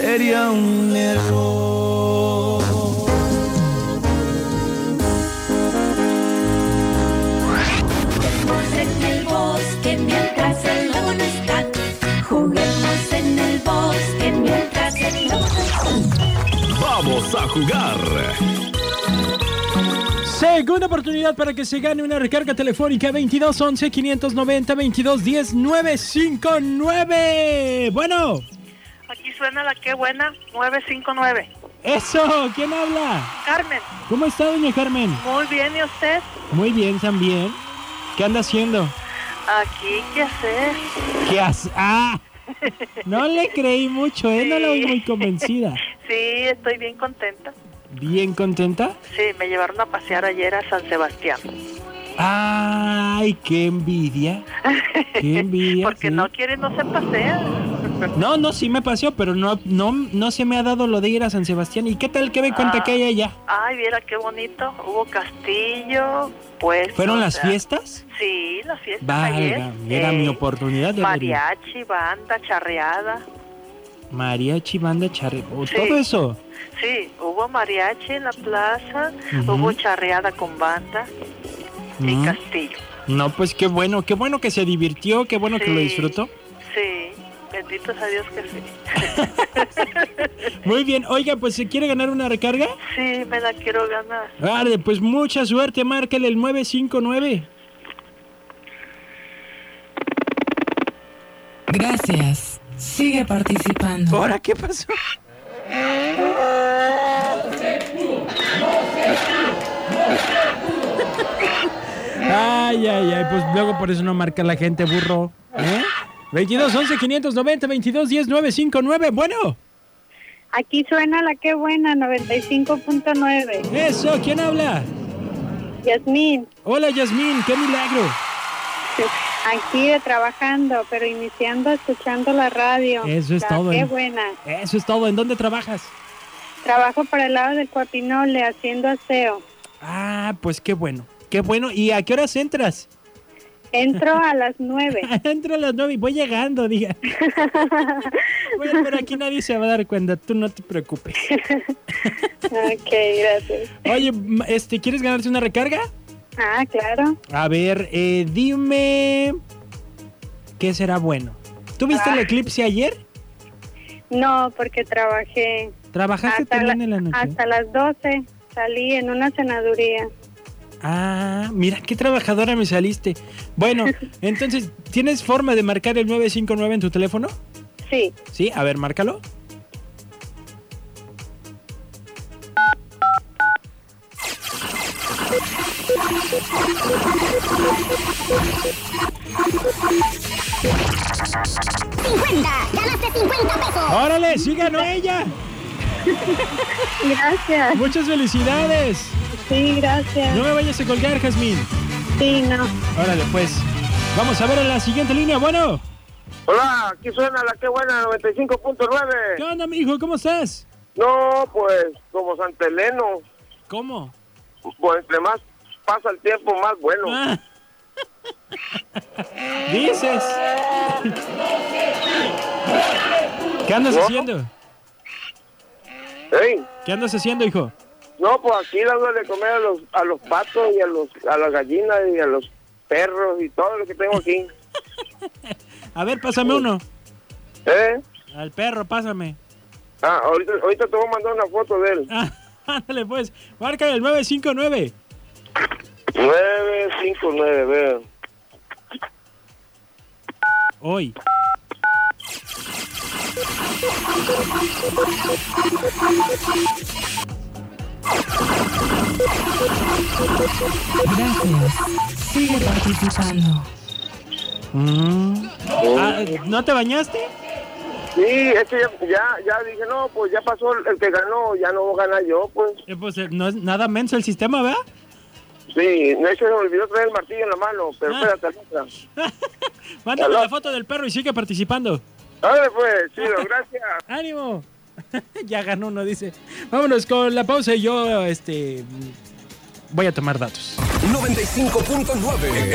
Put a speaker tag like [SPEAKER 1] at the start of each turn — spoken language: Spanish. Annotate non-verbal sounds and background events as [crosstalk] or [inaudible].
[SPEAKER 1] Sería un error.
[SPEAKER 2] Juguemos en el bosque mientras el lobo no está. Juguemos en el bosque mientras el lobo no está.
[SPEAKER 3] Vamos a jugar.
[SPEAKER 4] Segunda oportunidad para que se gane una recarga telefónica 22 11 590 22 10 959. Bueno,
[SPEAKER 5] Aquí suena la que buena 959.
[SPEAKER 4] eso, ¿quién habla?
[SPEAKER 5] Carmen,
[SPEAKER 4] ¿Cómo está doña Carmen?
[SPEAKER 5] muy bien, ¿y usted?
[SPEAKER 4] Muy bien también. ¿Qué anda haciendo?
[SPEAKER 5] Aquí, ¿qué hacer?
[SPEAKER 4] ¿Qué hace? Ah, no le creí mucho, ¿eh? No la oí muy convencida.
[SPEAKER 5] Sí, estoy bien contenta.
[SPEAKER 4] ¿Bien contenta?
[SPEAKER 5] Sí, me llevaron a pasear ayer a San Sebastián.
[SPEAKER 4] Ay, qué envidia. Qué envidia.
[SPEAKER 5] [laughs] Porque
[SPEAKER 4] sí.
[SPEAKER 5] no quiere, no se pasea.
[SPEAKER 4] No, no, sí me paseó, pero no, no, no se me ha dado lo de ir a San Sebastián. ¿Y qué tal que me cuenta
[SPEAKER 5] Ah.
[SPEAKER 4] que hay allá?
[SPEAKER 5] Ay, viera qué bonito. Hubo castillo, pues.
[SPEAKER 4] ¿Fueron
[SPEAKER 5] o
[SPEAKER 4] las
[SPEAKER 5] sea,
[SPEAKER 4] fiestas?
[SPEAKER 5] Sí, las fiestas
[SPEAKER 4] Valga,
[SPEAKER 5] ayer.
[SPEAKER 4] era
[SPEAKER 5] eh,
[SPEAKER 4] mi oportunidad de abrirlo.
[SPEAKER 5] Mariachi, banda, charreada.
[SPEAKER 4] Mariachi, banda, charre... oh,
[SPEAKER 5] Sí.
[SPEAKER 4] Todo eso.
[SPEAKER 5] Sí, hubo mariachi en la plaza,
[SPEAKER 4] Ujú.
[SPEAKER 5] hubo charreada con banda y
[SPEAKER 4] Ujú.
[SPEAKER 5] castillo.
[SPEAKER 4] No, pues qué bueno, qué bueno que se divirtió, qué bueno que lo
[SPEAKER 5] Sí,
[SPEAKER 4] disfrutó.
[SPEAKER 5] Sí, benditos a Dios que sí.
[SPEAKER 4] Muy bien, oiga, pues ¿se quiere ganar una recarga?
[SPEAKER 5] Sí, me la quiero ganar.
[SPEAKER 4] Vale, pues mucha suerte, márcale el 959.
[SPEAKER 6] Gracias. Sigue participando.
[SPEAKER 4] ¿Ahora qué pasó? Ay, ay, ay, pues luego por eso no marca la gente, burro. ¿Eh? 22 11 590 22 10 959. Bueno,
[SPEAKER 7] Aquí suena la que buena, 95.9.
[SPEAKER 4] eso, ¿quién habla?
[SPEAKER 7] Yasmín,
[SPEAKER 4] Hola, Yasmín, qué milagro.
[SPEAKER 7] aquí de trabajando, pero iniciando escuchando la radio.
[SPEAKER 4] Eso es
[SPEAKER 7] La
[SPEAKER 4] todo,
[SPEAKER 7] Qué
[SPEAKER 4] ¿eh?
[SPEAKER 7] buena.
[SPEAKER 4] Eso es todo, ¿en dónde trabajas?
[SPEAKER 7] Trabajo para el lado del Cuapinole haciendo aseo.
[SPEAKER 4] Ah, pues qué bueno, qué bueno. ¿Y a qué horas entras?
[SPEAKER 7] Entro a las
[SPEAKER 4] [laughs]
[SPEAKER 7] 9.
[SPEAKER 4] Entro a las 9 y voy llegando,
[SPEAKER 7] [laughs]
[SPEAKER 4] diga. bueno, pero aquí nadie se va a dar cuenta, tú no te preocupes.
[SPEAKER 7] ok, gracias.
[SPEAKER 4] Oye, m- este, ¿quieres ganarte una recarga?
[SPEAKER 7] Ah, claro.
[SPEAKER 4] A ver, eh, dime qué será bueno. ¿Tú viste
[SPEAKER 7] Ah.
[SPEAKER 4] el eclipse ayer?
[SPEAKER 7] No, porque trabajé
[SPEAKER 4] ¿Trabajaste
[SPEAKER 7] hasta,
[SPEAKER 4] también
[SPEAKER 7] la-
[SPEAKER 4] en la noche?
[SPEAKER 7] hasta las 12. Salí en una cenaduría.
[SPEAKER 4] Ah, mira, qué trabajadora me saliste.
[SPEAKER 7] [laughs]
[SPEAKER 4] Bueno, entonces, ¿tienes forma de marcar el 959 en tu teléfono?
[SPEAKER 7] Sí,
[SPEAKER 4] Sí, a ver, márcalo. ¡Órale! ¡Sí ganó ella!
[SPEAKER 7] gracias.
[SPEAKER 4] ¡Muchas felicidades!
[SPEAKER 7] Sí, gracias.
[SPEAKER 4] No me vayas a colgar, Jazmín.
[SPEAKER 7] Sí, no.
[SPEAKER 4] Órale, pues. Vamos a ver en la siguiente línea. Bueno,
[SPEAKER 8] Hola, aquí suena la que buena
[SPEAKER 4] ¿qué
[SPEAKER 8] 95.9.
[SPEAKER 4] onda, mijo? ¿Cómo estás?
[SPEAKER 8] No, pues como Santeleno,
[SPEAKER 4] ¿Cómo?
[SPEAKER 8] pues entre más pasa el tiempo, más bueno.
[SPEAKER 4] Ah. [laughs] Dices. ¿Qué andas
[SPEAKER 8] ¿No?
[SPEAKER 4] haciendo?
[SPEAKER 8] Ey,
[SPEAKER 4] ¿Qué andas haciendo, hijo?
[SPEAKER 8] no, pues aquí dándole comer a los, a los patos y a, los, a las gallinas y a los perros y todo lo que
[SPEAKER 4] [laughs]
[SPEAKER 8] tengo aquí.
[SPEAKER 4] A ver, pásame uno.
[SPEAKER 8] ¿Eh?
[SPEAKER 4] Al perro, pásame. [laughs]
[SPEAKER 8] Ah, ahorita, ahorita te voy a mandar una foto de él.
[SPEAKER 4] Ah, ándale, pues. Marca el 959.
[SPEAKER 8] 959, vean.
[SPEAKER 4] Hoy.
[SPEAKER 6] Gracias. Sigue participando.
[SPEAKER 4] Ah, ¿No te bañaste?
[SPEAKER 8] Sí, es que ya, ya, ya dije, no, pues ya pasó el, el que ganó, ya no voy a ganar yo, pues.
[SPEAKER 4] Eh, pues eh, no es nada menso el sistema, ¿verdad?
[SPEAKER 8] Sí, de hecho se me olvidó traer el martillo en la mano, pero
[SPEAKER 4] Ah.
[SPEAKER 8] espérate, otra.
[SPEAKER 4] Mándame
[SPEAKER 8] Aló.
[SPEAKER 4] la foto del perro y sigue participando.
[SPEAKER 8] Dale pues, chido, gracias.
[SPEAKER 4] ¡Ánimo! [laughs] ya ganó uno, dice. Vámonos con la pausa y yo, este. Voy a tomar datos.
[SPEAKER 3] 95.9.